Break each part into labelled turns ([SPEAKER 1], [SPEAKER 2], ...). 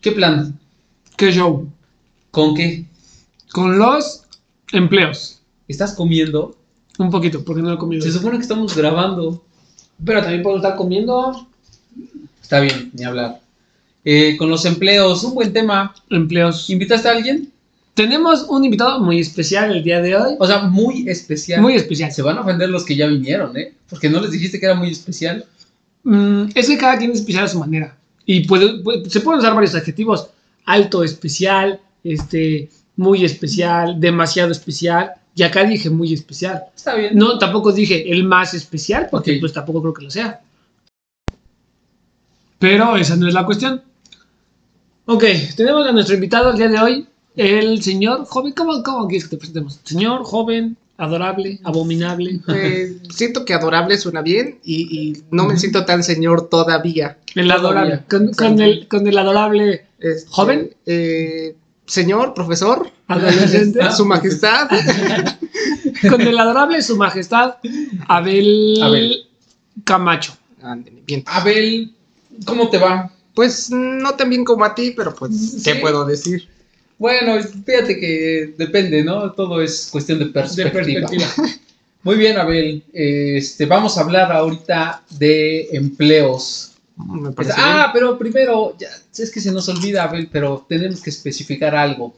[SPEAKER 1] ¿Qué plan?
[SPEAKER 2] ¿Qué show?
[SPEAKER 1] ¿Con qué?
[SPEAKER 2] Con los empleos.
[SPEAKER 1] ¿Estás comiendo?
[SPEAKER 2] Un poquito, porque no lo he comido.
[SPEAKER 1] Se supone que estamos grabando.
[SPEAKER 2] Pero también puedo estar comiendo
[SPEAKER 1] Está bien, ni hablar. Eh, con los empleos, un buen tema.
[SPEAKER 2] empleos.
[SPEAKER 1] ¿Invitaste a alguien?
[SPEAKER 2] Tenemos un invitado muy especial el día de hoy.
[SPEAKER 1] O sea, muy especial.
[SPEAKER 2] Muy especial.
[SPEAKER 1] Se van a ofender los que ya vinieron, ¿eh? Porque no les dijiste que era muy especial.
[SPEAKER 2] Mm, es que cada quien es especial a su manera. Y puede- puede- se pueden usar varios adjetivos. Alto, especial, este, muy especial, demasiado especial. Y acá dije muy especial.
[SPEAKER 1] Está bien.
[SPEAKER 2] No, tampoco dije el más especial, porque
[SPEAKER 1] Ok.
[SPEAKER 2] pues tampoco creo que lo sea. Pero esa no es la cuestión. Ok, tenemos a nuestro invitado el día de hoy, el señor joven. ¿Cómo, cómo quieres que te presentemos? Señor joven, adorable, abominable.
[SPEAKER 3] Eh, siento que adorable suena bien y, y no me siento tan señor todavía.
[SPEAKER 2] El adorable. Con, con el, con el adorable
[SPEAKER 3] Este,
[SPEAKER 2] ¿Joven?
[SPEAKER 3] eh, señor, profesor,
[SPEAKER 2] adolescente.
[SPEAKER 1] Ah,
[SPEAKER 3] su majestad.
[SPEAKER 2] con el adorable su majestad, Abel,
[SPEAKER 1] Abel.
[SPEAKER 2] Camacho.
[SPEAKER 3] Ándale, bien.
[SPEAKER 1] Abel, ¿cómo te va?
[SPEAKER 3] Pues no tan bien como a ti, pero pues, ¿qué
[SPEAKER 1] Sí.
[SPEAKER 3] puedo decir?
[SPEAKER 1] Bueno, fíjate que depende, ¿no? Todo es cuestión de
[SPEAKER 2] De
[SPEAKER 1] perspectiva.
[SPEAKER 2] perspectiva.
[SPEAKER 1] Muy bien, Abel. Este, vamos a hablar ahorita de empleos.
[SPEAKER 3] Me parece
[SPEAKER 1] ah, pero primero, ya, es que se nos olvida, Abel, pero tenemos que especificar algo.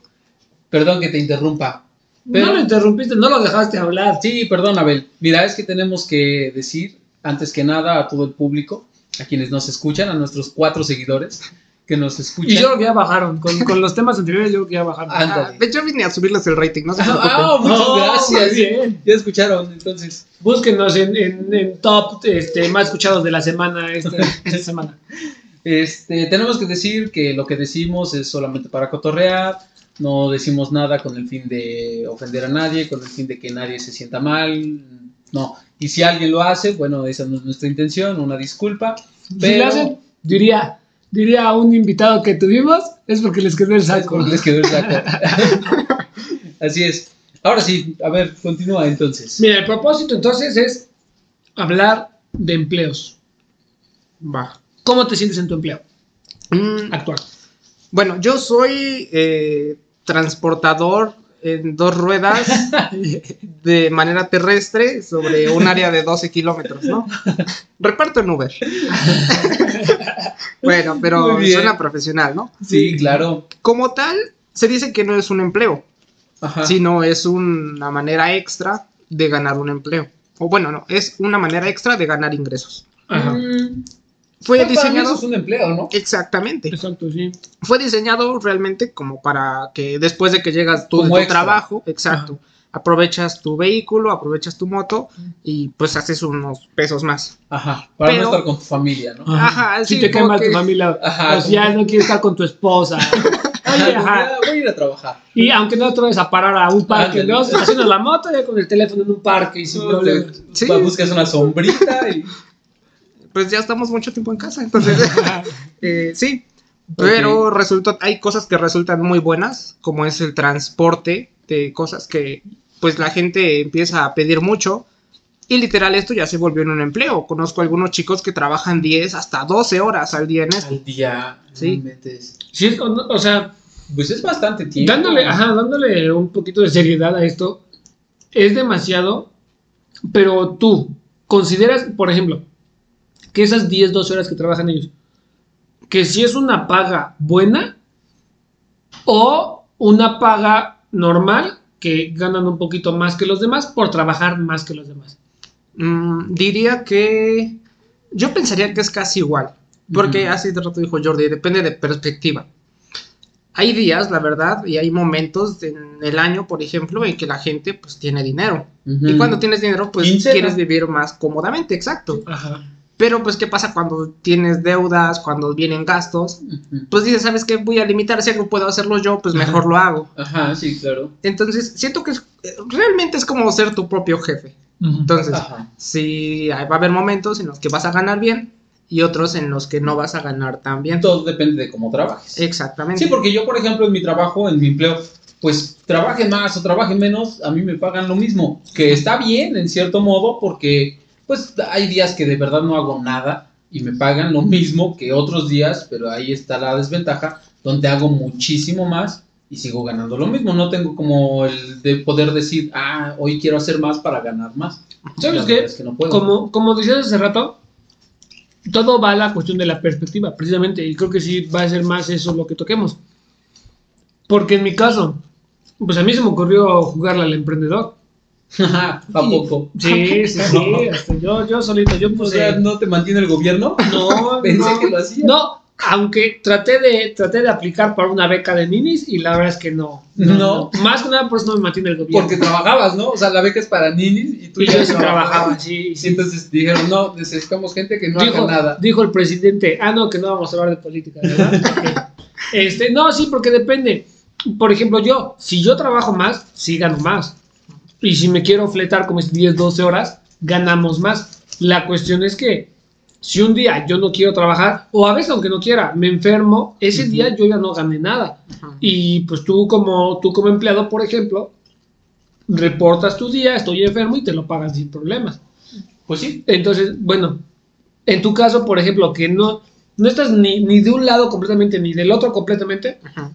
[SPEAKER 1] Perdón que te interrumpa. Pero-
[SPEAKER 2] no lo interrumpiste, no lo dejaste hablar.
[SPEAKER 1] Sí, perdón, Abel. Mira, es que tenemos que decir, antes que nada, a todo el público, a quienes nos escuchan, a nuestros cuatro seguidores que nos escuchan.
[SPEAKER 2] Y yo creo que ya bajaron. Con, con los temas anteriores, yo creo que ya bajaron.
[SPEAKER 1] Ah,
[SPEAKER 3] bien. Ah, de hecho, vine a subirles el rating, no se preocupen.
[SPEAKER 1] Ah, ah, muchas
[SPEAKER 2] Oh,
[SPEAKER 1] gracias.
[SPEAKER 2] muy bien.
[SPEAKER 1] Ya escucharon, entonces.
[SPEAKER 2] Búsquenos en, en- en top este, más escuchados de la semana esta, esta semana.
[SPEAKER 1] Este, tenemos que decir que lo que decimos es solamente para cotorrear, no decimos nada con el fin de ofender a nadie, con el fin de que nadie se sienta mal, no. Y si alguien lo hace, bueno, esa no es nuestra intención, una disculpa. Pero
[SPEAKER 2] Si lo hacen, diría, diría a un invitado que tuvimos, es porque les quedó el saco.
[SPEAKER 1] les quedó el saco. Así es. Ahora sí, a ver, continúa entonces.
[SPEAKER 2] Mira, el propósito entonces es hablar de empleos.
[SPEAKER 1] oh.
[SPEAKER 3] Va.
[SPEAKER 2] ¿Cómo te sientes en tu empleo
[SPEAKER 3] Mm,
[SPEAKER 2] actual?
[SPEAKER 3] bueno, yo soy eh, transportador en dos ruedas de manera terrestre sobre un área de 12 kilómetros, ¿no? Reparto en Uber. bueno, pero
[SPEAKER 1] Muy bien.
[SPEAKER 3] suena profesional, ¿no?
[SPEAKER 1] Sí, claro.
[SPEAKER 3] Como tal, se dice que no es un empleo,
[SPEAKER 1] Ajá.
[SPEAKER 3] sino es una manera extra de ganar un empleo. O bueno, no, es una manera extra de ganar ingresos.
[SPEAKER 2] Ajá.
[SPEAKER 1] Mm,
[SPEAKER 3] Fue
[SPEAKER 1] pues, para mí
[SPEAKER 3] diseñado...
[SPEAKER 1] eso es un empleo, ¿no?
[SPEAKER 3] Exactamente.
[SPEAKER 2] Exacto, sí.
[SPEAKER 3] Fue diseñado realmente como para que después de que llegas tú de
[SPEAKER 1] Como
[SPEAKER 3] tu
[SPEAKER 1] extra.
[SPEAKER 3] trabajo, exacto, aprovechas tu vehículo, aprovechas tu moto y pues haces unos pesos más.
[SPEAKER 1] Ajá. Para no
[SPEAKER 3] Pero-
[SPEAKER 1] estar con tu familia, ¿no?
[SPEAKER 3] Ajá,
[SPEAKER 2] si
[SPEAKER 3] Ah, sí,
[SPEAKER 2] te
[SPEAKER 3] como
[SPEAKER 2] quema
[SPEAKER 3] que-
[SPEAKER 2] tu familia,
[SPEAKER 1] Ajá,
[SPEAKER 2] o si ya no quieres estar con tu esposa. Oye, ajá.
[SPEAKER 1] Ah, Voy a ir a trabajar.
[SPEAKER 2] Y aunque no te vayas a parar a un parque,
[SPEAKER 1] Ándale.
[SPEAKER 2] ¿no? Haciendo la moto ya con el teléfono en un parque y sin
[SPEAKER 1] No,
[SPEAKER 2] problema.
[SPEAKER 1] te-
[SPEAKER 3] Sí.
[SPEAKER 1] va, Buscas una sombrita y.
[SPEAKER 3] pues ya estamos mucho tiempo en casa, entonces eh, sí. Pero resultó, hay cosas que resultan muy buenas, como es el transporte de cosas que pues la gente empieza a pedir mucho. Y literal esto ya se volvió en un empleo. Conozco algunos chicos que trabajan 10 hasta 12 horas al día en esto.
[SPEAKER 1] Al día.
[SPEAKER 3] Sí.
[SPEAKER 1] no inventes.
[SPEAKER 2] Sí, o, no- o sea,
[SPEAKER 1] Pues es bastante tiempo.
[SPEAKER 2] dándole, ajá, dándole un poquito de seriedad a esto, es demasiado, pero tú consideras, por ejemplo, que esas 10, 12 horas que trabajan ellos, que si es una paga buena o una paga normal que ganan un poquito más que los demás por trabajar más que los demás.
[SPEAKER 3] Mm, diría que yo pensaría que es casi igual, porque
[SPEAKER 1] Ujú.
[SPEAKER 3] así de rato dijo Jordi, depende de perspectiva. Hay días, la verdad, y hay momentos en el año, por ejemplo, en que la gente pues tiene dinero.
[SPEAKER 1] Ujú.
[SPEAKER 3] Y cuando tienes dinero, pues
[SPEAKER 1] Quincena.
[SPEAKER 3] quieres vivir más cómodamente, exacto.
[SPEAKER 2] Ajá.
[SPEAKER 3] Pero pues, ¿qué pasa cuando tienes deudas, cuando vienen gastos?
[SPEAKER 1] Ujú.
[SPEAKER 3] Pues dices, ¿sabes qué? Voy a limitar, si algo puedo hacerlo yo, pues
[SPEAKER 2] Ajá.
[SPEAKER 3] mejor lo hago.
[SPEAKER 1] Ajá, sí, claro.
[SPEAKER 3] Entonces, siento que es- eh, realmente es como ser tu propio jefe. Entonces,
[SPEAKER 1] Ajá.
[SPEAKER 3] sí hay- va a haber momentos en los que vas a ganar bien y otros en los que no vas a ganar tan bien.
[SPEAKER 1] Todo depende de cómo trabajes.
[SPEAKER 3] Exactamente.
[SPEAKER 1] Sí, porque yo, por ejemplo, en mi trabajo, en mi empleo, pues trabaje más o trabaje menos, a mí me pagan lo mismo. Que está bien, en cierto modo, porque pues hay días que de verdad no hago nada. y me pagan lo mismo que otros días, pero ahí está la desventaja, donde hago muchísimo más y sigo ganando lo mismo. No tengo como el de poder decir, ah, hoy quiero hacer más para ganar más.
[SPEAKER 2] ¿Sabes
[SPEAKER 1] La
[SPEAKER 2] qué?
[SPEAKER 1] verdad es que no puedo.
[SPEAKER 2] Como, como decías hace rato, todo va a la cuestión de la perspectiva, precisamente, y creo que sí va a ser más eso lo que toquemos. Porque en mi caso, pues a mí se me ocurrió jugarla al emprendedor.
[SPEAKER 1] ¿A poco?
[SPEAKER 2] Sí, sí, sí, hasta yo, yo solito, yo
[SPEAKER 1] O
[SPEAKER 2] puse...
[SPEAKER 1] sea, ¿no te mantiene el gobierno?
[SPEAKER 2] no,
[SPEAKER 1] Pensé
[SPEAKER 2] no,
[SPEAKER 1] que lo hacía.
[SPEAKER 2] no, aunque traté de, traté de aplicar para una beca de ninis y la verdad es que no.
[SPEAKER 1] No.
[SPEAKER 2] Más que nada por eso no me mantiene el gobierno.
[SPEAKER 1] Porque trabajabas, ¿no? O sea, la beca es para ninis y tú
[SPEAKER 2] y yo
[SPEAKER 1] ya
[SPEAKER 2] sí trabajaba, sí,
[SPEAKER 1] Y entonces dijeron, no, necesitamos gente que no
[SPEAKER 2] dijo,
[SPEAKER 1] haga nada.
[SPEAKER 2] dijo el presidente, ah, no, que no vamos a hablar de política, ¿verdad? Ok. este, no, sí, porque depende. Por ejemplo, yo, si yo trabajo más, sí gano más. Y si me quiero fletar como es 10, 12 horas, ganamos más. La cuestión es que si un día yo no quiero trabajar, o a veces aunque no quiera, me enfermo, ese
[SPEAKER 1] Ujú.
[SPEAKER 2] día yo ya no gané nada. Y pues tú como, tú como empleado, por ejemplo, reportas tu día, estoy enfermo y te lo pagan sin problemas.
[SPEAKER 1] Pues sí.
[SPEAKER 2] Entonces, bueno, en tu caso, por ejemplo, que no, no estás ni, ni de un lado completamente ni del otro completamente,
[SPEAKER 3] Ajá.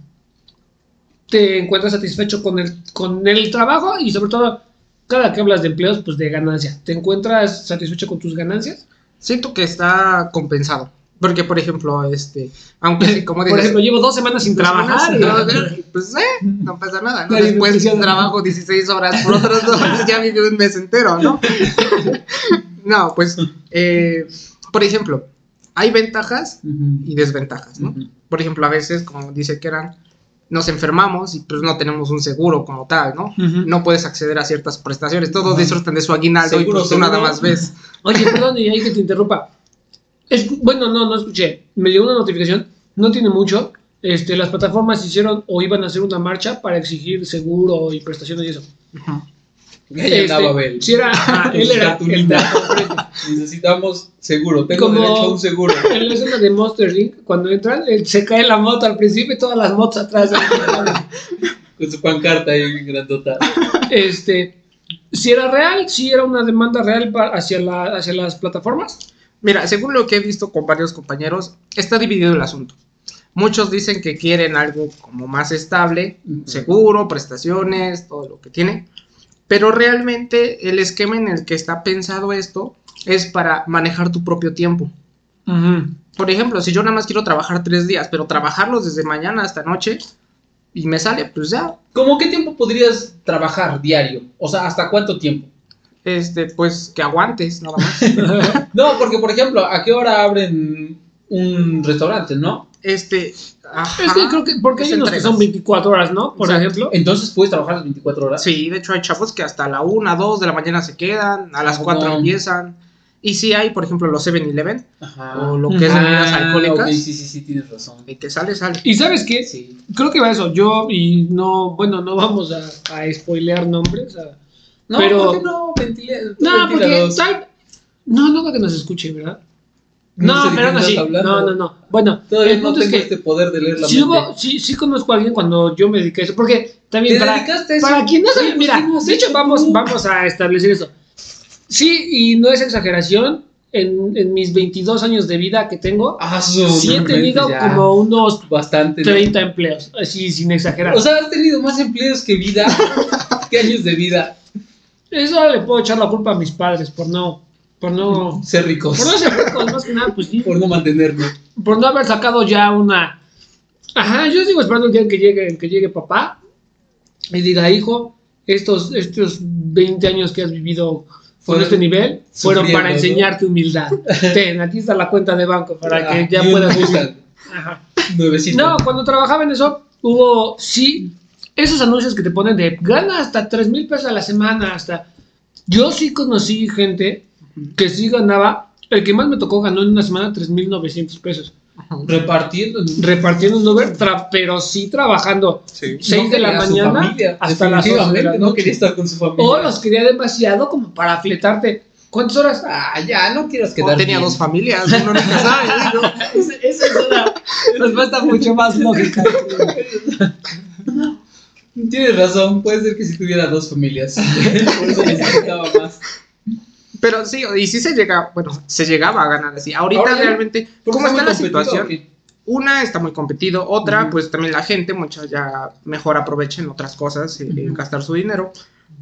[SPEAKER 2] te encuentras satisfecho con el, con el trabajo y sobre todo, cada que hablas de empleos, pues de ganancia. ¿Te encuentras satisfecho con tus ganancias?
[SPEAKER 3] Siento que está compensado. Porque, por ejemplo, este, aunque sí, como
[SPEAKER 2] Por
[SPEAKER 3] dices,
[SPEAKER 2] ejemplo, llevo dos semanas sin
[SPEAKER 3] dos
[SPEAKER 2] trabajar.
[SPEAKER 3] semanas
[SPEAKER 2] y-
[SPEAKER 3] sin trabajar, pues eh, no pasa nada. ¿no?
[SPEAKER 2] Nadie me
[SPEAKER 3] Después
[SPEAKER 2] decía nada.
[SPEAKER 3] trabajo 16 horas por otras dos, ya viví un mes entero, ¿no? no, pues, eh, por ejemplo, hay ventajas y desventajas, ¿no?
[SPEAKER 1] Ujú.
[SPEAKER 3] Por ejemplo, a veces, como dice que eran, nos enfermamos y pues no tenemos un seguro como tal, ¿no?
[SPEAKER 2] Ujú.
[SPEAKER 3] No puedes acceder a ciertas prestaciones. Todos
[SPEAKER 1] Ajá.
[SPEAKER 3] disfrutan de su aguinaldo y
[SPEAKER 1] Seguro,
[SPEAKER 3] pues tú nada
[SPEAKER 1] seguro.
[SPEAKER 3] más ves.
[SPEAKER 2] Oye, perdón, y ahí que te interrumpa. Es, bueno, no, no escuché. Me llegó una notificación, no tiene mucho. Este, las plataformas hicieron o iban a hacer una marcha para exigir seguro y prestaciones y eso.
[SPEAKER 1] Y Ahí andaba
[SPEAKER 2] Este,
[SPEAKER 1] Abel.
[SPEAKER 2] sí era- ajá,
[SPEAKER 1] En
[SPEAKER 2] él
[SPEAKER 1] su
[SPEAKER 2] era el
[SPEAKER 1] cartulina. Necesitamos seguro. Tengo
[SPEAKER 2] Como-
[SPEAKER 1] derecho a un seguro.
[SPEAKER 2] En la escena de Monster Inc., cuando entran, él se cae la moto al principio y todas las motos atrás.
[SPEAKER 1] Con su pancarta ahí grandota.
[SPEAKER 2] este, si era real, si era una demanda real pa- hacia, la, hacia las plataformas.
[SPEAKER 3] Mira, según lo que he visto con varios compañeros, está dividido el asunto. Muchos dicen que quieren algo como más estable,
[SPEAKER 1] Ujú.
[SPEAKER 3] seguro, prestaciones, todo lo que tiene. Pero realmente el esquema en el que está pensado esto es para manejar tu propio tiempo. Por ejemplo, si yo nada más quiero trabajar tres días, pero trabajarlos desde mañana hasta noche y me sale, pues ya,
[SPEAKER 1] ¿Cómo qué tiempo podrías trabajar diario? O sea, ¿hasta cuánto tiempo?
[SPEAKER 3] este, pues que aguantes, nada más.
[SPEAKER 1] No, porque por ejemplo, ¿a qué hora abren un restaurante, no?
[SPEAKER 3] Este, ajá.
[SPEAKER 2] Es que creo que, porque
[SPEAKER 3] Pues
[SPEAKER 2] hay unos que
[SPEAKER 3] entregas.
[SPEAKER 2] son 24 horas, ¿no? Por
[SPEAKER 3] Exacto.
[SPEAKER 2] ejemplo.
[SPEAKER 1] Entonces puedes trabajar las 24 horas.
[SPEAKER 3] Sí, de hecho hay chavos que hasta la 1, 2 de la mañana se quedan, a las
[SPEAKER 1] Ah,
[SPEAKER 3] 4
[SPEAKER 1] bueno.
[SPEAKER 3] empiezan. Y sí hay, por ejemplo, los 7-Eleven,
[SPEAKER 1] Ajá.
[SPEAKER 3] o lo que es bebidas
[SPEAKER 1] Ah,
[SPEAKER 3] alcohólicas,
[SPEAKER 1] ok, sí, sí, sí, tienes razón.
[SPEAKER 3] y que sale, sale.
[SPEAKER 2] ¿Y sabes qué?
[SPEAKER 1] Sí.
[SPEAKER 2] Creo que va eso. Yo, y no, bueno, no vamos a, a spoilear nombres. a-
[SPEAKER 1] No,
[SPEAKER 2] Pero-
[SPEAKER 1] ¿por qué no ventile-
[SPEAKER 2] No, porque
[SPEAKER 1] ventílalos?
[SPEAKER 2] tal. No, no creo que nos escuche, ¿verdad? No,
[SPEAKER 1] sé de
[SPEAKER 2] pero
[SPEAKER 1] quién
[SPEAKER 2] no
[SPEAKER 1] estás
[SPEAKER 2] sí.
[SPEAKER 1] hablando.
[SPEAKER 2] No, no, no. Bueno,
[SPEAKER 1] Todavía
[SPEAKER 2] el
[SPEAKER 1] no
[SPEAKER 2] punto
[SPEAKER 1] tengo
[SPEAKER 2] es que
[SPEAKER 1] este poder de leer la
[SPEAKER 2] sí,
[SPEAKER 1] mente.
[SPEAKER 2] hubo- sí, sí conozco a alguien cuando yo me dediqué a eso. Porque
[SPEAKER 1] ¿Te
[SPEAKER 2] también para,
[SPEAKER 1] dedicaste a eso?
[SPEAKER 2] para quien no
[SPEAKER 1] Sí,
[SPEAKER 2] sabe,
[SPEAKER 1] pues,
[SPEAKER 2] mira,
[SPEAKER 1] ¿qué no has
[SPEAKER 2] de hecho
[SPEAKER 1] hecho Uh.
[SPEAKER 2] vamos,
[SPEAKER 1] tú?
[SPEAKER 2] vamos a establecer eso. Sí, y no es exageración, en, en mis 22 años de vida que tengo,
[SPEAKER 1] Ah, su-
[SPEAKER 2] sí he
[SPEAKER 1] no
[SPEAKER 2] tenido
[SPEAKER 1] inventes, ya.
[SPEAKER 2] como unos
[SPEAKER 1] bastante. ¿no?
[SPEAKER 2] 30 empleos, así sin exagerar.
[SPEAKER 1] O sea, has tenido más empleos que vida, que años de vida.
[SPEAKER 2] eso le puedo echar la culpa a mis padres por no, por no,
[SPEAKER 1] Ser ricos.
[SPEAKER 2] por no ser ricos, más que nada, pues sí,
[SPEAKER 1] Por no mantenerme.
[SPEAKER 2] por no haber sacado ya una. Ajá, yo sigo esperando el día en que llegue, en que llegue papá y diga, hijo, estos, estos 20 años que has vivido con
[SPEAKER 1] Fueron
[SPEAKER 2] este nivel fueron
[SPEAKER 1] sufriendo,
[SPEAKER 2] para
[SPEAKER 1] ¿no?
[SPEAKER 2] enseñarte humildad. Ten, aquí está la cuenta de banco para
[SPEAKER 1] Ah,
[SPEAKER 2] que ya
[SPEAKER 1] y un
[SPEAKER 2] puedas vivir.
[SPEAKER 1] Mustang,
[SPEAKER 2] Ajá.
[SPEAKER 1] Nuevecito.
[SPEAKER 2] No, cuando trabajaba en eso, hubo, sí, esos anuncios que te ponen de gana hasta 3 mil pesos a la semana, hasta... Yo sí conocí gente que sí ganaba, el que más me tocó ganó en una semana 3.900 pesos,
[SPEAKER 1] Repartiendo.
[SPEAKER 2] repartiendo un Uber, tra- pero sí trabajando.
[SPEAKER 3] Sí.
[SPEAKER 2] seis de
[SPEAKER 1] quería
[SPEAKER 2] la
[SPEAKER 1] a su
[SPEAKER 2] mañana
[SPEAKER 1] familia,
[SPEAKER 2] hasta las
[SPEAKER 1] definitivamente
[SPEAKER 2] once de la
[SPEAKER 1] No
[SPEAKER 2] noche.
[SPEAKER 1] quería estar con su familia.
[SPEAKER 2] O los quería demasiado como para fletarte. ¿Cuántas horas?
[SPEAKER 1] Ah, ya, no quieras
[SPEAKER 3] O
[SPEAKER 1] quedar
[SPEAKER 3] tenía
[SPEAKER 1] bien.
[SPEAKER 3] dos familias, uno nunca sabe. digo.
[SPEAKER 2] Esa es una respuesta mucho más lógica.
[SPEAKER 1] Tienes razón, puede ser que si tuviera dos familias. Por eso necesitaba más.
[SPEAKER 3] Pero sí, y sí se llega, bueno, se llegaba a ganar así. Ahorita
[SPEAKER 1] Ahora ya,
[SPEAKER 3] realmente,
[SPEAKER 1] Porque
[SPEAKER 3] ¿cómo está
[SPEAKER 1] muy
[SPEAKER 3] la
[SPEAKER 1] competido,
[SPEAKER 3] situación?
[SPEAKER 1] que-
[SPEAKER 3] Una está muy competido, otra,
[SPEAKER 1] Ujú.
[SPEAKER 3] pues también la gente, muchas ya mejor aprovechen otras cosas y
[SPEAKER 2] Ujú.
[SPEAKER 3] gastar su dinero.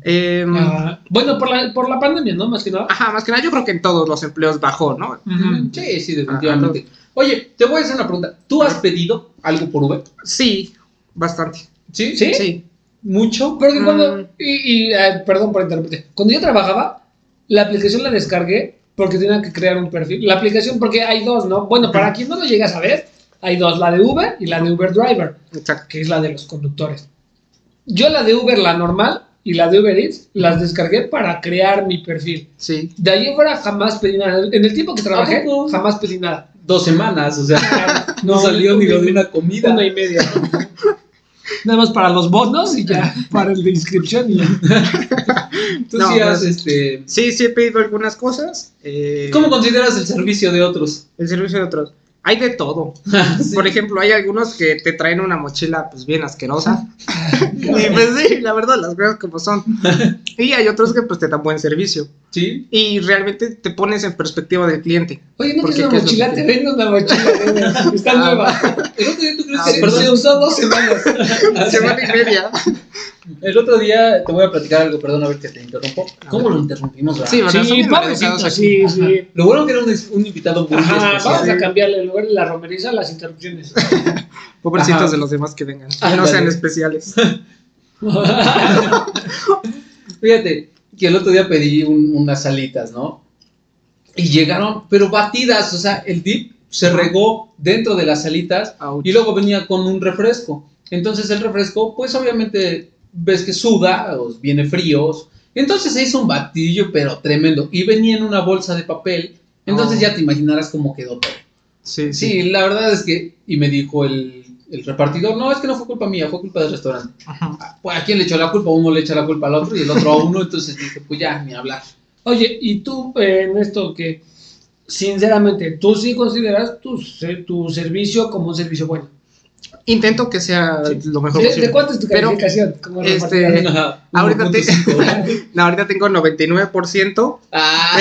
[SPEAKER 3] Eh,
[SPEAKER 1] Em,
[SPEAKER 2] Ah, bueno, por la, por la pandemia, ¿no? Más que nada.
[SPEAKER 3] Ajá, más que nada, yo creo que en todos los empleos bajó, ¿no?
[SPEAKER 2] Ujú.
[SPEAKER 1] Ah, Sí, sí, definitivamente. Oye, te voy a hacer una pregunta. ¿Tú has pedido algo por Uber?
[SPEAKER 3] Sí, bastante.
[SPEAKER 1] ¿Sí?
[SPEAKER 2] ¿Sí?
[SPEAKER 3] Sí.
[SPEAKER 1] ¿Mucho?
[SPEAKER 2] Porque cuando.
[SPEAKER 3] Mm.
[SPEAKER 2] Y, y, eh, perdón por interrumpirte. Cuando yo trabajaba, la aplicación la descargué porque tenía que crear un perfil. La aplicación, porque hay dos, ¿no? Bueno, para quien no lo llega a saber, hay dos: la de Uber y la de Uber Driver,
[SPEAKER 3] Exacto.
[SPEAKER 2] que es la de los conductores. Yo la de Uber, la normal, y la de Uber Eats, las descargué para crear mi perfil.
[SPEAKER 3] Sí.
[SPEAKER 2] De ahí en fuera jamás pedí nada. En el tiempo que trabajé,
[SPEAKER 1] poco?
[SPEAKER 2] jamás pedí nada.
[SPEAKER 1] Dos semanas, o sea, no,
[SPEAKER 2] No,
[SPEAKER 1] salió ni
[SPEAKER 2] una
[SPEAKER 1] lo de
[SPEAKER 2] y-
[SPEAKER 1] una comida.
[SPEAKER 2] Una y media. Nada más para los bonos y ya para el de inscripción y ya.
[SPEAKER 1] Tú
[SPEAKER 3] No,
[SPEAKER 1] sí has,
[SPEAKER 3] pues-
[SPEAKER 1] este...
[SPEAKER 3] Sí, sí he pedido algunas cosas. eh,
[SPEAKER 1] ¿Cómo consideras el servicio de otros?
[SPEAKER 3] El servicio de otros. Hay de todo.
[SPEAKER 1] Sí.
[SPEAKER 3] Por ejemplo, hay algunos que te traen una mochila pues bien asquerosa. y pues sí, la verdad, las cosas como son. Y hay otros que pues te dan buen servicio.
[SPEAKER 1] Sí.
[SPEAKER 3] Y realmente te pones en perspectiva del cliente.
[SPEAKER 2] Oye, ¿no
[SPEAKER 3] Porque
[SPEAKER 2] tienes una
[SPEAKER 3] ¿qué es lo
[SPEAKER 2] mochila? Te
[SPEAKER 3] que tiene?
[SPEAKER 2] vendo una mochila. nena. Está
[SPEAKER 3] Ah,
[SPEAKER 2] nueva.
[SPEAKER 1] El otro día tú crees
[SPEAKER 3] Ah,
[SPEAKER 1] que
[SPEAKER 3] sí,
[SPEAKER 1] perdí
[SPEAKER 2] Se
[SPEAKER 1] un-
[SPEAKER 2] usó dos semanas.
[SPEAKER 3] Semana y media.
[SPEAKER 1] El otro día te voy a platicar algo, perdón, a ver que te interrumpo. ¿Cómo
[SPEAKER 3] ver.
[SPEAKER 1] lo interrumpimos? verdad?
[SPEAKER 3] Sí, ¿verdad? Son
[SPEAKER 2] Sí,
[SPEAKER 3] bien
[SPEAKER 2] pobrecito,
[SPEAKER 3] maleducados
[SPEAKER 2] sí, sí.
[SPEAKER 1] Lo bueno que era un, un invitado muy
[SPEAKER 2] Ajá, vamos
[SPEAKER 1] especial.
[SPEAKER 2] a cambiarle el lugar de la romeriza a las interrupciones.
[SPEAKER 3] Pobrecitos
[SPEAKER 1] Ajá.
[SPEAKER 3] de los demás que vengan. Que no
[SPEAKER 1] Ándale.
[SPEAKER 3] sean especiales.
[SPEAKER 1] Fíjate, que el otro día pedí un- unas alitas, ¿no? Y llegaron, pero batidas, o sea, el dip se regó dentro de las alitas
[SPEAKER 3] Ouch.
[SPEAKER 1] y luego venía con un refresco. Entonces el refresco, pues obviamente ves que suda, o viene fríos. Entonces se hizo un batillo, pero tremendo. Y venía en una bolsa de papel. Entonces
[SPEAKER 3] Oh.
[SPEAKER 1] ya te imaginarás cómo quedó todo.
[SPEAKER 3] Sí, sí.
[SPEAKER 1] Sí, la verdad es que, y me dijo el, el repartidor, no, es que no fue culpa mía, fue culpa del restaurante.
[SPEAKER 3] Ajá.
[SPEAKER 1] Ah, Pues a quién le echó la culpa, uno le echa la culpa al otro y el otro a uno, entonces dije, pues ya, ni hablar.
[SPEAKER 2] Oye, y tú eh, en esto que, sinceramente, tú sí consideras tu, se- tu servicio como un servicio bueno.
[SPEAKER 3] Intento que sea lo mejor
[SPEAKER 2] ¿De,
[SPEAKER 3] posible.
[SPEAKER 2] de cuánto es tu
[SPEAKER 3] Pero,
[SPEAKER 2] calificación? como
[SPEAKER 3] este,
[SPEAKER 2] repartidor?
[SPEAKER 1] Ajá,
[SPEAKER 3] ahorita te-
[SPEAKER 1] 1.5.
[SPEAKER 3] No, ahorita tengo 99%.
[SPEAKER 1] Ah,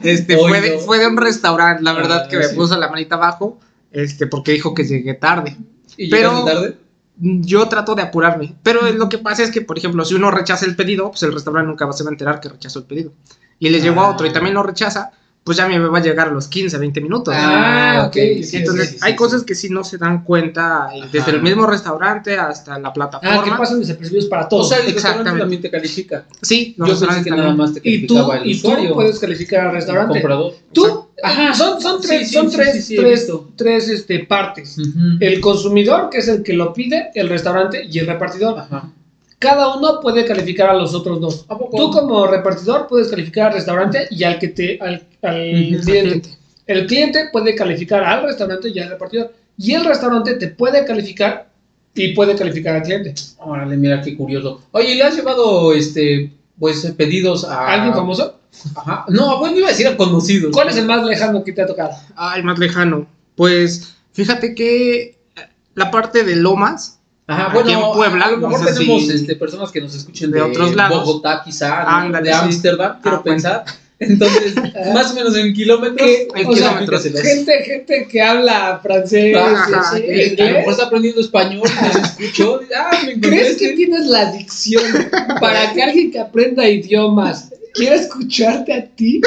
[SPEAKER 3] Pero este
[SPEAKER 1] Hoy
[SPEAKER 3] fue de,
[SPEAKER 1] no.
[SPEAKER 3] fue de un restaurante, la verdad
[SPEAKER 1] Ah,
[SPEAKER 3] que me
[SPEAKER 1] sí.
[SPEAKER 3] puso la manita abajo, este porque dijo que llegué tarde.
[SPEAKER 1] ¿Y
[SPEAKER 3] pero-
[SPEAKER 1] llegaste tarde?
[SPEAKER 3] Yo trato de apurarme, pero lo que pasa es que, por ejemplo, si uno rechaza el pedido, pues el restaurante nunca va- se va a enterar que rechazó el pedido. Y le llegó a otro y también lo rechaza, pues ya me va a llegar a los 15, 20 minutos.
[SPEAKER 2] Ah, ok, sí, sí,
[SPEAKER 3] Entonces,
[SPEAKER 1] sí, sí,
[SPEAKER 3] hay
[SPEAKER 1] sí.
[SPEAKER 3] cosas que sí no se dan cuenta eh, desde
[SPEAKER 1] Ajá.
[SPEAKER 3] el mismo restaurante hasta la
[SPEAKER 2] ah, que
[SPEAKER 3] plataforma.
[SPEAKER 2] pasan desapercibidos para
[SPEAKER 1] O
[SPEAKER 2] todos.
[SPEAKER 1] sea, el restaurante
[SPEAKER 3] Exactamente.
[SPEAKER 1] también te califica.
[SPEAKER 3] sí, los
[SPEAKER 1] Yo pensé
[SPEAKER 3] restaurantes
[SPEAKER 1] que
[SPEAKER 3] también.
[SPEAKER 1] nada más te
[SPEAKER 2] y tú,
[SPEAKER 1] calificaba el
[SPEAKER 2] y tú
[SPEAKER 1] usuario.
[SPEAKER 2] puedes calificar al
[SPEAKER 1] el
[SPEAKER 2] restaurante.
[SPEAKER 1] comprador.
[SPEAKER 2] Tú, ajá, son, son tres,
[SPEAKER 1] Sí, sí,
[SPEAKER 2] son
[SPEAKER 1] sí,
[SPEAKER 2] tres,
[SPEAKER 1] sí, sí, he
[SPEAKER 2] tres,
[SPEAKER 1] visto.
[SPEAKER 2] tres, este, partes.
[SPEAKER 1] Ujú.
[SPEAKER 2] El consumidor, que es el que lo pide, el restaurante y el repartidor.
[SPEAKER 1] Ajá.
[SPEAKER 2] Cada uno puede calificar a los otros dos.
[SPEAKER 1] ¿A poco?
[SPEAKER 2] Tú como repartidor puedes calificar al restaurante y al que te al, al
[SPEAKER 1] Ujú.
[SPEAKER 2] cliente. El cliente puede calificar al restaurante y al repartidor. Y el restaurante te puede calificar y puede calificar al cliente.
[SPEAKER 1] Órale, mira qué curioso. Oye, ¿le has llevado, este, pues, pedidos a...
[SPEAKER 2] ¿Alguien famoso?
[SPEAKER 1] Ajá. No, bueno, iba a decir a conocidos.
[SPEAKER 2] ¿Cuál es el más lejano que te ha tocado?
[SPEAKER 3] Ah, el más lejano. Pues fíjate que eh, la parte de Lomas,
[SPEAKER 1] Ajá,
[SPEAKER 3] Aquí
[SPEAKER 1] bueno,
[SPEAKER 3] en Puebla,
[SPEAKER 1] a lo mejor
[SPEAKER 3] no sé
[SPEAKER 1] tenemos
[SPEAKER 3] si-
[SPEAKER 1] este, personas que nos escuchen de,
[SPEAKER 3] de otros lados.
[SPEAKER 1] Bogotá, quizá, ¿no?
[SPEAKER 3] Ándale,
[SPEAKER 1] de
[SPEAKER 3] sí.
[SPEAKER 1] Ámsterdam, quiero
[SPEAKER 3] Ah, bueno.
[SPEAKER 1] pensar. Entonces, más o menos en kilómetros, pues,
[SPEAKER 2] ¿Qué?
[SPEAKER 1] en
[SPEAKER 2] O sea,
[SPEAKER 1] kilómetros.
[SPEAKER 2] Gente, gente que habla francés,
[SPEAKER 3] Ajá,
[SPEAKER 2] este,
[SPEAKER 3] que-
[SPEAKER 1] a lo mejor
[SPEAKER 2] inglés.
[SPEAKER 1] está aprendiendo español, nos escuchó. Ah, me encontré
[SPEAKER 2] ¿Crees
[SPEAKER 1] este.
[SPEAKER 2] que tienes la dicción para que alguien que aprenda idiomas quiera escucharte a ti?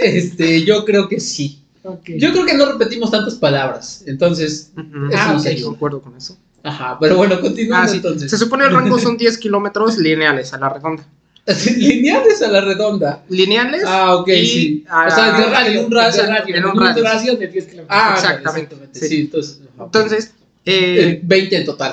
[SPEAKER 1] Este, yo creo que sí.
[SPEAKER 2] Ok.
[SPEAKER 1] Yo creo que no repetimos tantas palabras. Entonces,
[SPEAKER 3] eso
[SPEAKER 1] Ah,
[SPEAKER 3] no sé,
[SPEAKER 1] ok.
[SPEAKER 3] yo concuerdo con eso.
[SPEAKER 1] ajá, pero bueno,
[SPEAKER 3] Ah,
[SPEAKER 1] continuamos
[SPEAKER 3] sí.
[SPEAKER 1] entonces.
[SPEAKER 3] Se supone el rango son 10 kilómetros lineales a la redonda.
[SPEAKER 1] Lineales a la redonda.
[SPEAKER 3] Lineales.
[SPEAKER 1] Ah, ok,
[SPEAKER 3] y
[SPEAKER 1] sí.
[SPEAKER 3] a-
[SPEAKER 1] O sea, de
[SPEAKER 2] En
[SPEAKER 1] radio, en un radio.
[SPEAKER 2] de radio,
[SPEAKER 3] en un
[SPEAKER 2] en un
[SPEAKER 3] radio.
[SPEAKER 2] radio de 10 kilómetros.
[SPEAKER 1] Ah,
[SPEAKER 3] Exactamente,
[SPEAKER 1] exactamente.
[SPEAKER 3] sí.
[SPEAKER 1] Sí, entonces. ajá, ok.
[SPEAKER 3] Entonces,
[SPEAKER 1] Eh,
[SPEAKER 3] eh,
[SPEAKER 1] 20 en total.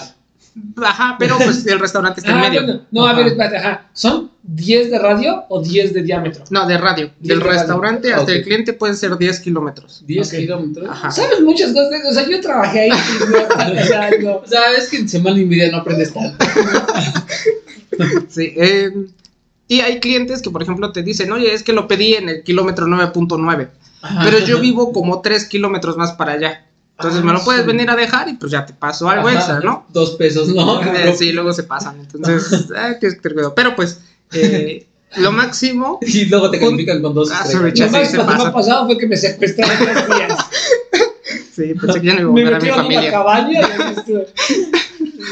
[SPEAKER 3] ajá, pero pues el restaurante está en
[SPEAKER 2] Ah,
[SPEAKER 3] medio.
[SPEAKER 2] bueno, no, a
[SPEAKER 1] Ajá.
[SPEAKER 2] ver, espérate, ajá. ¿Son 10 de radio o 10 de diámetro?
[SPEAKER 3] No, de radio.
[SPEAKER 2] Diez
[SPEAKER 3] Del
[SPEAKER 2] de radio.
[SPEAKER 3] restaurante
[SPEAKER 1] Ah,
[SPEAKER 3] hasta
[SPEAKER 1] ok. Ah,
[SPEAKER 3] el cliente pueden ser 10 kilómetros.
[SPEAKER 1] 10
[SPEAKER 2] Ok.
[SPEAKER 1] kilómetros.
[SPEAKER 3] Ajá.
[SPEAKER 2] ¿Sabes muchas cosas? O sea, yo trabajé ahí. y no, o sea, no.
[SPEAKER 1] O sea, es que en semana y media no aprendes tanto.
[SPEAKER 3] Sí. eh, y hay clientes que, por ejemplo, te dicen, oye, es que lo pedí en el kilómetro 9.9,
[SPEAKER 1] Ah.
[SPEAKER 3] pero yo vivo como 3 kilómetros más para allá. Entonces
[SPEAKER 1] Ah,
[SPEAKER 3] me lo puedes
[SPEAKER 1] sí.
[SPEAKER 3] venir a dejar y pues ya te pasó algo
[SPEAKER 1] Ajá,
[SPEAKER 3] extra, ¿no?
[SPEAKER 1] Dos pesos, ¿no?
[SPEAKER 3] Eh, sí, luego se pasan. Entonces, ah, tienes que tener cuidado. Pero pues, eh, lo máximo.
[SPEAKER 1] Y luego te califican con dos
[SPEAKER 3] Ah,
[SPEAKER 1] estrellas.
[SPEAKER 3] Ya
[SPEAKER 2] Lo
[SPEAKER 3] sí,
[SPEAKER 2] más
[SPEAKER 3] se
[SPEAKER 2] lo más
[SPEAKER 3] pasa.
[SPEAKER 2] pasado fue que me secuestraron tres días.
[SPEAKER 3] Sí, pensé que ya no iba a
[SPEAKER 2] Me
[SPEAKER 3] volver a mi
[SPEAKER 2] metieron en una
[SPEAKER 3] familia.
[SPEAKER 2] cabaña. y estuve-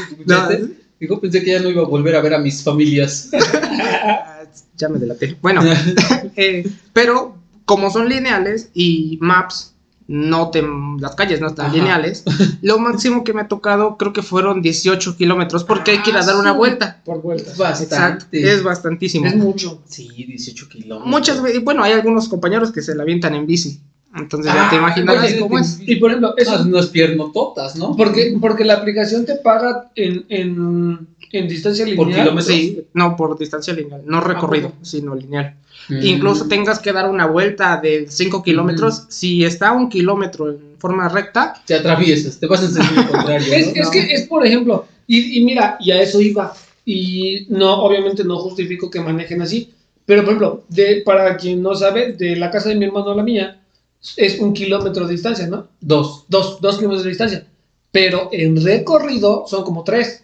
[SPEAKER 1] ¿Escuchaste? Dijo, pensé que ya no iba a volver a ver a mis familias.
[SPEAKER 3] Ah, Ya me delaté. Bueno, eh, pero como son lineales y maps, no te, las calles no están
[SPEAKER 1] Ajá.
[SPEAKER 3] lineales, lo máximo que me ha tocado creo que fueron 18 kilómetros porque hay que ir a dar una
[SPEAKER 2] Ah, sí.
[SPEAKER 3] vuelta.
[SPEAKER 2] Por vueltas.
[SPEAKER 3] Pues, Exacto,
[SPEAKER 1] Bastante.
[SPEAKER 3] es bastantísimo.
[SPEAKER 2] Es mucho.
[SPEAKER 1] Sí, 18 kilómetros.
[SPEAKER 3] Muchas veces, bueno, hay algunos compañeros que se la avientan en bici. Entonces ya te
[SPEAKER 1] Ah,
[SPEAKER 3] imaginas
[SPEAKER 1] oye,
[SPEAKER 3] cómo
[SPEAKER 1] te-
[SPEAKER 3] es.
[SPEAKER 2] Y por ejemplo, eso
[SPEAKER 1] Esas unas piernototas, ¿no?
[SPEAKER 2] Porque, porque la aplicación te paga en, en, en distancia
[SPEAKER 1] Por
[SPEAKER 2] lineal.
[SPEAKER 1] kilómetros.
[SPEAKER 3] Sí, no por distancia lineal, no recorrido,
[SPEAKER 2] poco?
[SPEAKER 3] sino lineal.
[SPEAKER 1] Mm.
[SPEAKER 3] Incluso tengas que dar una vuelta de 5 kilómetros. Si está un kilómetro en forma recta,
[SPEAKER 1] Te atraviesas, te vas en sentido contrario. ¿no?
[SPEAKER 2] Es, es que es, por ejemplo, y, y mira, y a eso iba. Y no, obviamente no justifico que manejen así. Pero, por ejemplo, de, para quien no sabe, de la casa de mi hermano a la mía es un kilómetro de distancia, ¿no?
[SPEAKER 1] Dos,
[SPEAKER 2] Dos, dos kilómetros de distancia. Pero en recorrido son como tres.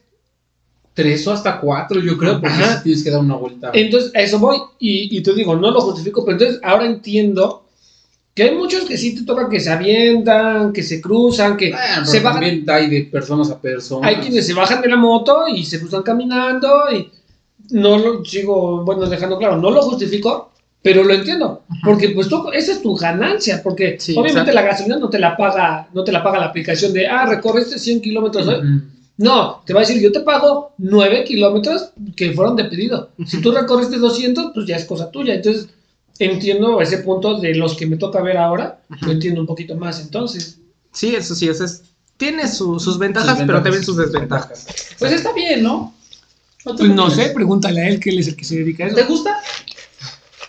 [SPEAKER 1] tres o hasta cuatro, yo creo, porque
[SPEAKER 2] Ajá.
[SPEAKER 1] sí tienes que dar una vuelta.
[SPEAKER 2] Entonces, a eso voy. Y, y te digo, no lo justifico, pero entonces ahora entiendo que hay muchos que sí te tocan que se avientan, que se cruzan, que
[SPEAKER 1] Bueno,
[SPEAKER 2] se
[SPEAKER 1] Ah, pero
[SPEAKER 2] bajan.
[SPEAKER 1] también hay de personas a personas.
[SPEAKER 2] Hay quienes se bajan de la moto y se cruzan caminando y no lo sigo, bueno, dejando claro, no lo justifico, pero lo entiendo, porque pues tú, esa es tu ganancia, porque
[SPEAKER 3] Sí,
[SPEAKER 2] obviamente la gasolina no te la paga, no te la paga la aplicación de, ah, recorriste 100 kilómetros hoy.
[SPEAKER 1] Ujú.
[SPEAKER 2] No, te va a decir, yo te pago 9 kilómetros que fueron de pedido. Si tú recorriste 200, pues ya es cosa tuya. Entonces, entiendo ese punto de los que me toca ver ahora, lo entiendo un poquito más entonces.
[SPEAKER 3] sí, eso sí, eso es. Tiene su- sus ventajas, pero también sus desventajas.
[SPEAKER 1] Pues está bien, ¿no? ¿No te
[SPEAKER 2] Pues no
[SPEAKER 1] preocupes.
[SPEAKER 2] sé, pregúntale a él que él es el que se dedica a eso.
[SPEAKER 1] ¿Te gusta?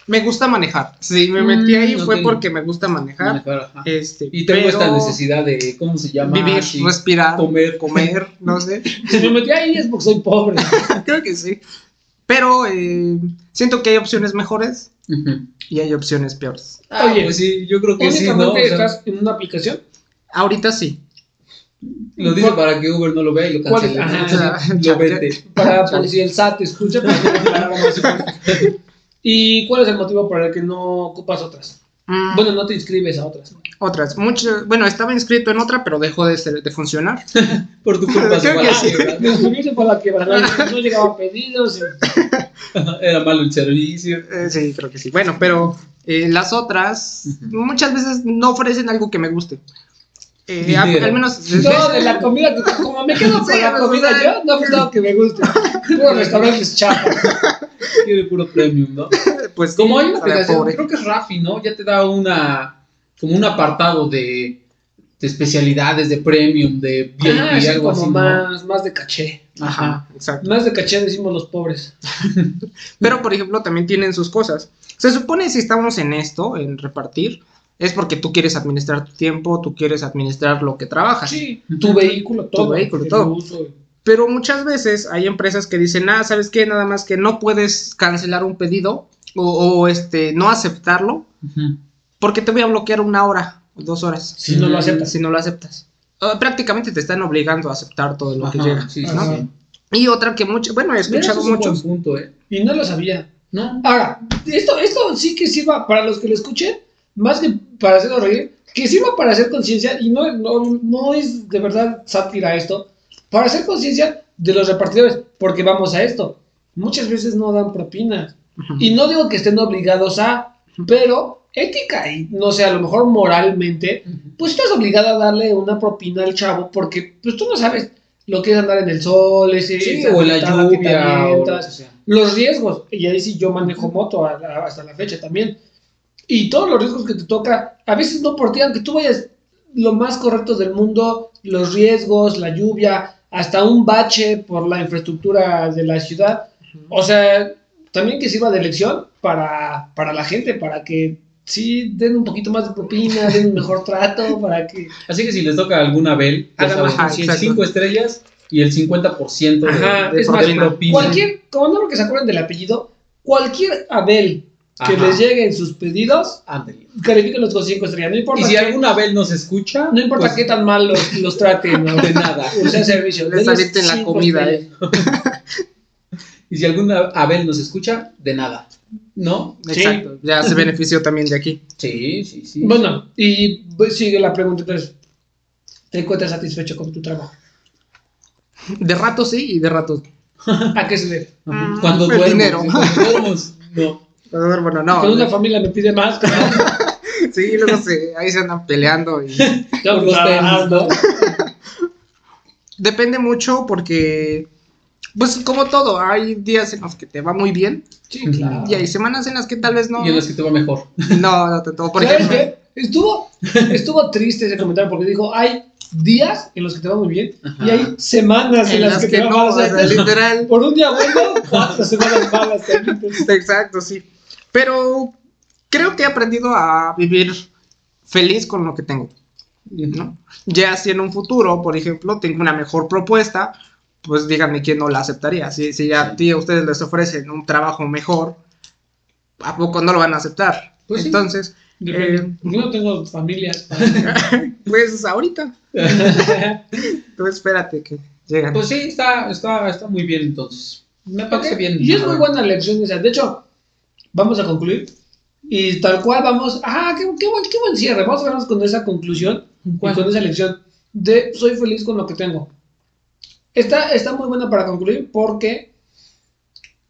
[SPEAKER 3] Me gusta manejar. Si me
[SPEAKER 1] Mm,
[SPEAKER 3] metí ahí fue
[SPEAKER 1] ok.
[SPEAKER 3] porque me gusta manejar.
[SPEAKER 1] Manejar, ajá.
[SPEAKER 3] Este,
[SPEAKER 1] Y tengo
[SPEAKER 3] pero
[SPEAKER 1] esta necesidad de, ¿cómo se llama?
[SPEAKER 3] Vivir,
[SPEAKER 1] Sí,
[SPEAKER 3] respirar,
[SPEAKER 1] comer,
[SPEAKER 3] comer, no sé.
[SPEAKER 2] Si me metí ahí es porque soy pobre.
[SPEAKER 3] Creo que sí. Pero eh, siento que hay opciones mejores
[SPEAKER 1] Ujú.
[SPEAKER 3] y hay opciones peores.
[SPEAKER 1] Ah,
[SPEAKER 2] Oye,
[SPEAKER 1] pues sí, yo creo que sí, ¿no? O
[SPEAKER 2] Únicamente
[SPEAKER 1] sea,
[SPEAKER 2] estás en una aplicación.
[SPEAKER 3] Ahorita sí.
[SPEAKER 1] lo dice
[SPEAKER 2] ¿Cuál-
[SPEAKER 1] para que Uber no lo vea y lo
[SPEAKER 2] cuál-
[SPEAKER 1] cancele. ¿no?
[SPEAKER 2] ajá,
[SPEAKER 1] lo vende.
[SPEAKER 2] Para
[SPEAKER 3] Chale.
[SPEAKER 2] por si el SAT te escucha. pues, Ah, no te la haga más igual. ¿Y cuál es el motivo por el que no ocupas otras?
[SPEAKER 3] Mm,
[SPEAKER 2] Bueno, no te inscribes a otras.
[SPEAKER 3] otras. Muchas, bueno, estaba inscrito en otra, pero dejó de, ser- de funcionar.
[SPEAKER 1] Por tu culpa se fue
[SPEAKER 3] Creo que
[SPEAKER 1] a la
[SPEAKER 3] sí.
[SPEAKER 1] quiebra.
[SPEAKER 2] Me inscribí por la que no llegaban pedidos. y-
[SPEAKER 1] Era malo el servicio.
[SPEAKER 3] Eh, sí, creo que sí. Bueno, pero eh, las otras
[SPEAKER 1] Ujú.
[SPEAKER 3] muchas veces no ofrecen algo que me guste. Eh, a-
[SPEAKER 1] Dinero.
[SPEAKER 3] al menos. eh,
[SPEAKER 2] No, de la comida, que- como me quedo
[SPEAKER 3] Sí,
[SPEAKER 2] con la
[SPEAKER 3] pues,
[SPEAKER 2] comida
[SPEAKER 3] o sea,
[SPEAKER 2] yo, no pues nada que me guste. Puro restaurantes chapas.
[SPEAKER 1] Quiere puro premium, ¿no?
[SPEAKER 3] Pues
[SPEAKER 1] Como hay una
[SPEAKER 3] sabe a
[SPEAKER 1] aplicación,
[SPEAKER 3] pobre.
[SPEAKER 1] creo que es Rafi, ¿no? Ya te da una como un apartado de, de especialidades, de premium, de VIP
[SPEAKER 2] Ah,
[SPEAKER 1] y
[SPEAKER 2] sí,
[SPEAKER 1] algo
[SPEAKER 2] como
[SPEAKER 1] así. ¿no?
[SPEAKER 2] más, más de caché.
[SPEAKER 1] Ajá.
[SPEAKER 3] Ajá, exacto.
[SPEAKER 2] Más de caché decimos los pobres.
[SPEAKER 3] Pero, por ejemplo, también tienen sus cosas. Se supone si estamos en esto, en repartir, es porque tú quieres administrar tu tiempo, tú quieres administrar lo que trabajas.
[SPEAKER 2] Ah, Sí, tu vehículo, todo.
[SPEAKER 3] vehículo,
[SPEAKER 2] el
[SPEAKER 3] todo.
[SPEAKER 2] uso y-
[SPEAKER 3] Pero muchas veces hay empresas que dicen, ah, ¿sabes qué? Nada más que no puedes cancelar un pedido o, o, este, no aceptarlo
[SPEAKER 1] Ujú.
[SPEAKER 3] porque te voy a bloquear una hora o dos horas
[SPEAKER 2] Si no lo aceptas.
[SPEAKER 3] si no lo aceptas. Ah, prácticamente te están obligando a aceptar todo lo que
[SPEAKER 1] Ajá,
[SPEAKER 3] llega.
[SPEAKER 1] Sí, sí,
[SPEAKER 2] Ajá.
[SPEAKER 1] sí.
[SPEAKER 3] Y otra que mucho, bueno, he
[SPEAKER 1] Mira, eso
[SPEAKER 3] escuchado
[SPEAKER 1] es un buen
[SPEAKER 3] muchos.
[SPEAKER 1] punto, ¿eh?
[SPEAKER 2] Y no lo sabía.
[SPEAKER 1] No.
[SPEAKER 2] Ahora, esto, esto sí que sirva para los que lo escuchen, más que para hacerlo reír, que sirva para hacer conciencia, y no, no, no es de verdad sátira esto, para hacer conciencia de los repartidores, porque vamos a esto. Muchas veces no dan propinas.
[SPEAKER 3] Ujú.
[SPEAKER 2] Y no digo que estén obligados a, pero ética y no sé, a lo mejor moralmente, pues estás obligado a darle una propina al chavo porque pues tú no sabes lo que es andar en el sol, ese
[SPEAKER 1] Sí,
[SPEAKER 2] esa
[SPEAKER 1] o la
[SPEAKER 2] patada
[SPEAKER 1] lluvia o
[SPEAKER 2] que te
[SPEAKER 1] lo que
[SPEAKER 2] avientas,
[SPEAKER 1] sea.
[SPEAKER 2] los riesgos, y ahí sí yo manejo moto a la- hasta la fecha también, y todos los riesgos que te toca, a veces no por ti, aunque tú vayas lo más correcto del mundo, los riesgos, la lluvia, hasta un bache por la infraestructura de la ciudad, o sea, también que sirva de lección para, para la gente, para que sí den un poquito más de propina, den un mejor trato, para que...
[SPEAKER 1] Así que si les toca alguna Bel,
[SPEAKER 2] Hagan
[SPEAKER 3] ajá, exacto.
[SPEAKER 1] 5 estrellas y el 50% de,
[SPEAKER 2] Ajá,
[SPEAKER 1] de
[SPEAKER 2] es más,
[SPEAKER 1] propina.
[SPEAKER 2] Cualquier, como no que se acuerden del apellido, cualquier Abel que
[SPEAKER 1] Ajá.
[SPEAKER 2] les lleguen sus pedidos,
[SPEAKER 1] Ándale.
[SPEAKER 2] Califíquenlos con 5 estrellas. No importa,
[SPEAKER 1] Y si
[SPEAKER 2] qué,
[SPEAKER 1] alguna Bel nos escucha,
[SPEAKER 2] no importa
[SPEAKER 1] pues,
[SPEAKER 2] qué tan mal los, los traten o
[SPEAKER 1] de nada.
[SPEAKER 2] o sea servicio.
[SPEAKER 3] Les
[SPEAKER 2] denles
[SPEAKER 3] avienten la
[SPEAKER 2] cinco
[SPEAKER 3] comida,
[SPEAKER 2] estrellas.
[SPEAKER 1] Y si alguna Abel nos escucha, de nada. ¿No?
[SPEAKER 2] Sí.
[SPEAKER 3] Exacto. Ya se benefició también de aquí.
[SPEAKER 1] Sí, sí,
[SPEAKER 3] eh.
[SPEAKER 1] sí.
[SPEAKER 2] Bueno, y pues, sigue la pregunta entonces. ¿Te encuentras satisfecho con tu trabajo?
[SPEAKER 3] De rato sí y de rato.
[SPEAKER 2] ¿A qué se debe?
[SPEAKER 1] Ajá. cuando
[SPEAKER 3] el
[SPEAKER 1] duermo,
[SPEAKER 3] dinero.
[SPEAKER 1] cuando duermos, no.
[SPEAKER 3] Pero bueno,
[SPEAKER 2] Cuando una
[SPEAKER 3] no.
[SPEAKER 2] familia me pide más, claro,
[SPEAKER 3] Sí, luego se, ahí se andan peleando. Y...
[SPEAKER 2] ya
[SPEAKER 1] Por los
[SPEAKER 2] trabajando.
[SPEAKER 3] Depende mucho porque, pues como todo, hay días en los que te va muy bien
[SPEAKER 2] Sí, claro.
[SPEAKER 3] y hay semanas en las que tal vez no.
[SPEAKER 1] Y en las que te va mejor.
[SPEAKER 3] No, no tanto. Por
[SPEAKER 2] ¿Sabes
[SPEAKER 3] ejemplo,
[SPEAKER 2] qué? Estuvo, estuvo triste ese comentario porque dijo, hay días en los que te va muy bien
[SPEAKER 1] Ajá.
[SPEAKER 2] y hay semanas en,
[SPEAKER 3] en
[SPEAKER 2] las que, te va mal.
[SPEAKER 3] no,
[SPEAKER 2] O
[SPEAKER 3] o
[SPEAKER 2] sea,
[SPEAKER 3] sea, literal.
[SPEAKER 2] por un día bueno, cuatro semanas malas. también.
[SPEAKER 3] Exacto, sí. Pero creo que he aprendido a vivir feliz con lo que tengo, ¿no? Ya si en un futuro, por ejemplo, tengo una mejor propuesta, pues díganme quién no la aceptaría. Si, si a ti a ustedes les ofrecen un trabajo mejor, ¿a poco no lo van a aceptar?
[SPEAKER 2] Pues sí.
[SPEAKER 3] Entonces,
[SPEAKER 2] Depende.
[SPEAKER 3] Eh,
[SPEAKER 2] Yo no tengo familias.
[SPEAKER 3] pues ahorita, tú espérate que llegan.
[SPEAKER 1] Pues sí, está, está, está muy bien entonces. Me parece bien.
[SPEAKER 2] Y es muy buena lección esa. De hecho, vamos a concluir. Y tal cual vamos. Ah, qué, qué buen, qué buen cierre. Vamos a vernos con esa conclusión y con esa lección de soy feliz con lo que tengo. Está, está muy buena para concluir porque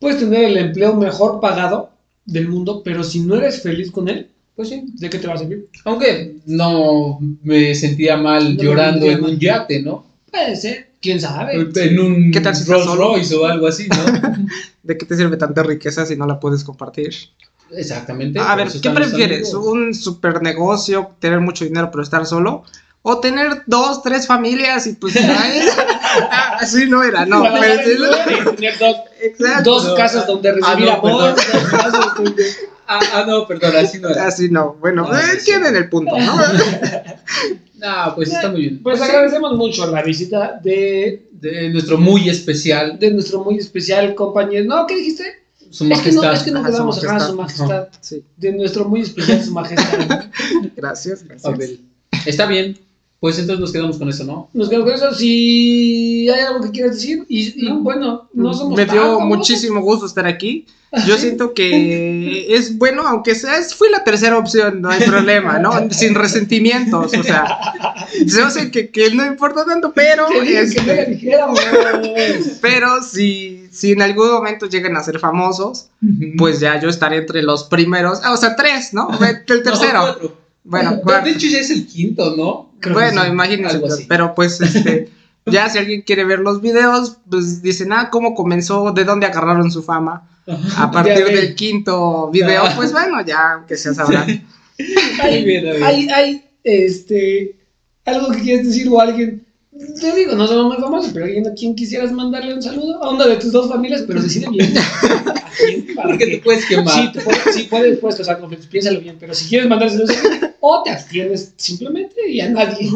[SPEAKER 2] puedes tener el empleo mejor pagado del mundo, pero si no eres feliz con él,
[SPEAKER 1] Pues sí.
[SPEAKER 2] ¿de qué te va a servir?
[SPEAKER 1] Aunque no me sentía mal
[SPEAKER 2] No me
[SPEAKER 1] llorando
[SPEAKER 2] sentía
[SPEAKER 1] en
[SPEAKER 2] mal.
[SPEAKER 1] un yate, ¿no?
[SPEAKER 2] Puede ser, quién sabe.
[SPEAKER 1] En un
[SPEAKER 3] ¿Qué tal si estás
[SPEAKER 1] Rolls
[SPEAKER 3] solo?
[SPEAKER 1] Royce o algo así, ¿no?
[SPEAKER 3] ¿De qué te sirve tanta riqueza si no la puedes compartir?
[SPEAKER 1] Exactamente.
[SPEAKER 3] A
[SPEAKER 1] por
[SPEAKER 3] ver,
[SPEAKER 1] eso
[SPEAKER 3] ¿qué
[SPEAKER 1] están los
[SPEAKER 3] prefieres?
[SPEAKER 1] amigos.
[SPEAKER 3] ¿Un super negocio, tener mucho dinero pero estar solo? ¿O tener dos, tres familias y pues ay, así no
[SPEAKER 1] Ah,
[SPEAKER 3] era, no.
[SPEAKER 2] Para
[SPEAKER 3] pues,
[SPEAKER 2] tener dos- tener dos,
[SPEAKER 3] exacto.
[SPEAKER 2] dos casas donde recibir
[SPEAKER 1] Ah, no,
[SPEAKER 2] amor,
[SPEAKER 1] perdón.
[SPEAKER 2] dos casas donde-
[SPEAKER 1] Ah, ah, no, perdón, así no era.
[SPEAKER 3] Así no. Bueno, pues,
[SPEAKER 1] Ah, sí, sí.
[SPEAKER 3] entienden el punto, ¿no?
[SPEAKER 1] No, pues está muy bien.
[SPEAKER 2] Pues
[SPEAKER 1] sí,
[SPEAKER 2] agradecemos mucho la visita de,
[SPEAKER 1] de nuestro muy especial,
[SPEAKER 2] de nuestro muy especial compañero. ¿No? ¿Qué dijiste?
[SPEAKER 1] su
[SPEAKER 2] Es que, no,
[SPEAKER 1] majestad.
[SPEAKER 2] es que no
[SPEAKER 3] Ajá,
[SPEAKER 2] quedamos
[SPEAKER 3] Su
[SPEAKER 2] ajá,
[SPEAKER 3] Majestad.
[SPEAKER 2] su majestad.
[SPEAKER 3] Sí,
[SPEAKER 2] De nuestro muy especial su majestad.
[SPEAKER 3] gracias. gracias.
[SPEAKER 1] Abel. Está bien. Pues entonces nos quedamos con eso, ¿no?
[SPEAKER 2] Nos quedamos con eso. Si hay algo que quieras decir, y, y
[SPEAKER 1] No.
[SPEAKER 2] bueno, no somos
[SPEAKER 3] Mm, Me
[SPEAKER 2] tan
[SPEAKER 3] dio
[SPEAKER 2] famosos. Ah,
[SPEAKER 3] muchísimo gusto estar aquí. Yo siento que es bueno, aunque sea, es- fui la tercera opción, no hay problema, ¿no? Sin resentimientos, o sea, yo sé que, que no importa tanto, pero...
[SPEAKER 2] Te dije que
[SPEAKER 3] este,
[SPEAKER 2] no le dijéramos.
[SPEAKER 3] Pero si, si en algún momento llegan a ser famosos, pues ya yo estaré entre los primeros. Ah, o sea, tres, ¿no? El tercero. bueno, cuarto.
[SPEAKER 1] De hecho ya es el quinto, ¿no?
[SPEAKER 2] Creo que
[SPEAKER 3] Bueno,
[SPEAKER 2] sí.
[SPEAKER 3] imagínense.
[SPEAKER 1] algo
[SPEAKER 3] pues,
[SPEAKER 1] así.
[SPEAKER 3] Pero pues, este, ya si alguien quiere ver los videos, pues dicen, ah, ¿cómo comenzó? ¿De dónde agarraron su fama? A partir
[SPEAKER 2] ve.
[SPEAKER 3] del quinto video,
[SPEAKER 1] Ah.
[SPEAKER 3] pues bueno, ya que se sabrá.
[SPEAKER 1] Ahí viene, ahí viene.
[SPEAKER 2] Hay, hay, este, algo que quieras decir o alguien. Te digo, no somos muy famosos, pero alguien a quien quisieras mandarle un saludo. A una de tus dos familias, pero decide bien. ¿A quién? ¿Para
[SPEAKER 1] Porque
[SPEAKER 2] qué?
[SPEAKER 1] te puedes quemar.
[SPEAKER 2] Sí, tú puedes, sí puedes, puedes causar conflictos, piénsalo bien, pero si quieres mandarse o te abstienes simplemente y a nadie.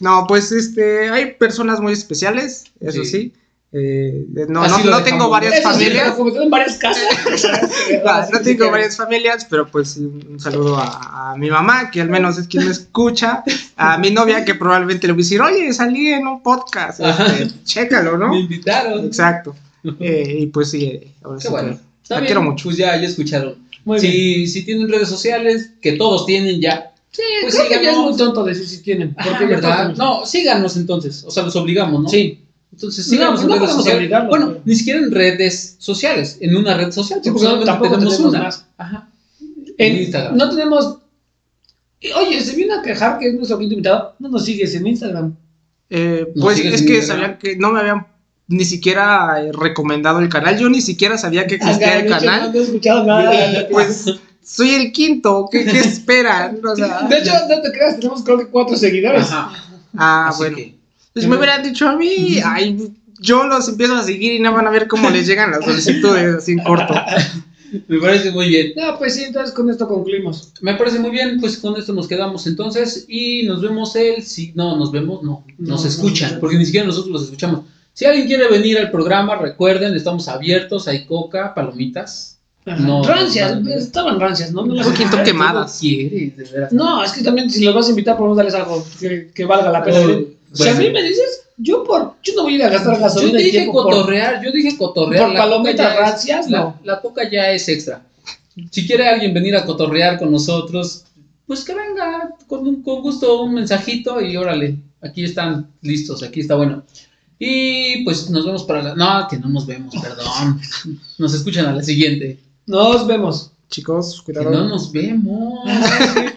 [SPEAKER 3] No, pues este, hay personas muy especiales, eso
[SPEAKER 1] Sí.
[SPEAKER 3] sí. Eh, no
[SPEAKER 1] Así
[SPEAKER 3] no,
[SPEAKER 1] lo
[SPEAKER 3] no tengo
[SPEAKER 1] dejamos.
[SPEAKER 3] varias
[SPEAKER 2] Eso sí,
[SPEAKER 3] familias.
[SPEAKER 2] pero como están en varias casas.
[SPEAKER 3] Ah, no
[SPEAKER 2] así
[SPEAKER 3] tengo
[SPEAKER 2] que-
[SPEAKER 3] varias familias, pero pues sí, un saludo a, a mi mamá, que al menos es quien me escucha, a mi novia, que probablemente le voy a decir, oye, salí en un podcast,
[SPEAKER 1] Ajá.
[SPEAKER 3] este, chécalo,
[SPEAKER 1] Me
[SPEAKER 3] ¿no?
[SPEAKER 1] invitaron.
[SPEAKER 3] Exacto. Eh, y pues sí, eh, ahora
[SPEAKER 1] Qué
[SPEAKER 3] sí
[SPEAKER 1] bueno.
[SPEAKER 3] que-
[SPEAKER 1] Está
[SPEAKER 3] la
[SPEAKER 1] bien,
[SPEAKER 3] quiero mucho.
[SPEAKER 1] Pues ya, ya escucharon.
[SPEAKER 2] Muy bien.
[SPEAKER 1] Si, si tienen redes sociales, que todos tienen ya.
[SPEAKER 2] Sí,
[SPEAKER 1] Pues
[SPEAKER 2] creo que ya es
[SPEAKER 1] síganos.
[SPEAKER 2] muy tonto decir si tienen.
[SPEAKER 1] Porque,
[SPEAKER 2] Porque
[SPEAKER 1] ¿verdad? No, síganos entonces. O sea, los obligamos, ¿no?
[SPEAKER 2] Sí,
[SPEAKER 1] Entonces,
[SPEAKER 2] No,
[SPEAKER 1] síganos
[SPEAKER 2] no
[SPEAKER 1] en redes
[SPEAKER 2] podemos
[SPEAKER 1] sociales.
[SPEAKER 2] obligarlos,
[SPEAKER 1] Bueno,
[SPEAKER 2] pero-
[SPEAKER 1] ni siquiera en redes sociales. En una red social.
[SPEAKER 2] Sí,
[SPEAKER 1] Porque
[SPEAKER 2] porque no-
[SPEAKER 1] solamente
[SPEAKER 2] tampoco
[SPEAKER 1] tenemos,
[SPEAKER 2] tenemos
[SPEAKER 1] una.
[SPEAKER 2] más.
[SPEAKER 1] Ajá. En,
[SPEAKER 2] en
[SPEAKER 1] Instagram.
[SPEAKER 2] No tenemos. y, Oye, se vino a quejar que es nuestro quinto invitado. No nos sigues en Instagram.
[SPEAKER 3] Eh,
[SPEAKER 1] ¿Nos
[SPEAKER 3] pues
[SPEAKER 1] sigues
[SPEAKER 3] es
[SPEAKER 1] en
[SPEAKER 3] que
[SPEAKER 1] Instagram?
[SPEAKER 3] sabían que no me habían ni siquiera eh, recomendado el canal, yo ni siquiera sabía que existía el
[SPEAKER 2] Hagan,
[SPEAKER 3] canal.
[SPEAKER 2] No he escuchado nada.
[SPEAKER 3] Y, Pues soy el quinto, ¿qué, qué esperan? O sea,
[SPEAKER 2] De hecho, no te creas, tenemos creo que cuatro seguidores.
[SPEAKER 1] Ajá.
[SPEAKER 3] ah,
[SPEAKER 1] Así
[SPEAKER 3] bueno.
[SPEAKER 1] que-
[SPEAKER 3] Pues me hubieran dicho a mí, ay, yo los empiezo a seguir y no van a ver cómo les llegan las solicitudes así en corto.
[SPEAKER 1] Me parece muy bien.
[SPEAKER 2] No, pues sí, entonces con esto concluimos.
[SPEAKER 1] Me parece muy bien, pues con esto nos quedamos entonces y nos vemos el si no nos vemos, no,
[SPEAKER 2] No,
[SPEAKER 1] nos
[SPEAKER 2] no,
[SPEAKER 1] escuchan,
[SPEAKER 2] no.
[SPEAKER 1] porque ni siquiera nosotros los escuchamos. Si alguien quiere venir al programa, recuerden, estamos abiertos, hay coca, palomitas. No,
[SPEAKER 2] rancias,
[SPEAKER 1] no, no.
[SPEAKER 2] estaban rancias, ¿no? No
[SPEAKER 3] Un
[SPEAKER 2] las
[SPEAKER 3] poquito
[SPEAKER 2] invitaste.
[SPEAKER 3] quemadas.
[SPEAKER 1] ¿Quieres? De veras.
[SPEAKER 2] No, es que también si los vas a invitar, podemos darles algo que, que valga la pena.
[SPEAKER 1] Oh,
[SPEAKER 2] si a
[SPEAKER 1] bueno.
[SPEAKER 2] mí me dices, yo por yo no voy a ir a gastar
[SPEAKER 1] Yo
[SPEAKER 2] gasolina y
[SPEAKER 1] dije
[SPEAKER 2] tiempo por,
[SPEAKER 1] cotorrear, yo dije cotorrear.
[SPEAKER 2] por
[SPEAKER 1] la coca
[SPEAKER 2] palomitas
[SPEAKER 1] ya es-
[SPEAKER 2] rancias,
[SPEAKER 1] la-
[SPEAKER 2] no.
[SPEAKER 1] La coca ya es extra. si quiere alguien venir a cotorrear con nosotros, pues que venga, con, un- con gusto un mensajito y órale, aquí están listos, aquí está bueno. Y pues nos vemos para la... No, que no nos vemos, perdón. Nos escuchan a la siguiente.
[SPEAKER 2] Nos vemos.
[SPEAKER 3] Chicos,
[SPEAKER 1] Que
[SPEAKER 3] cuidado.
[SPEAKER 1] no nos vemos.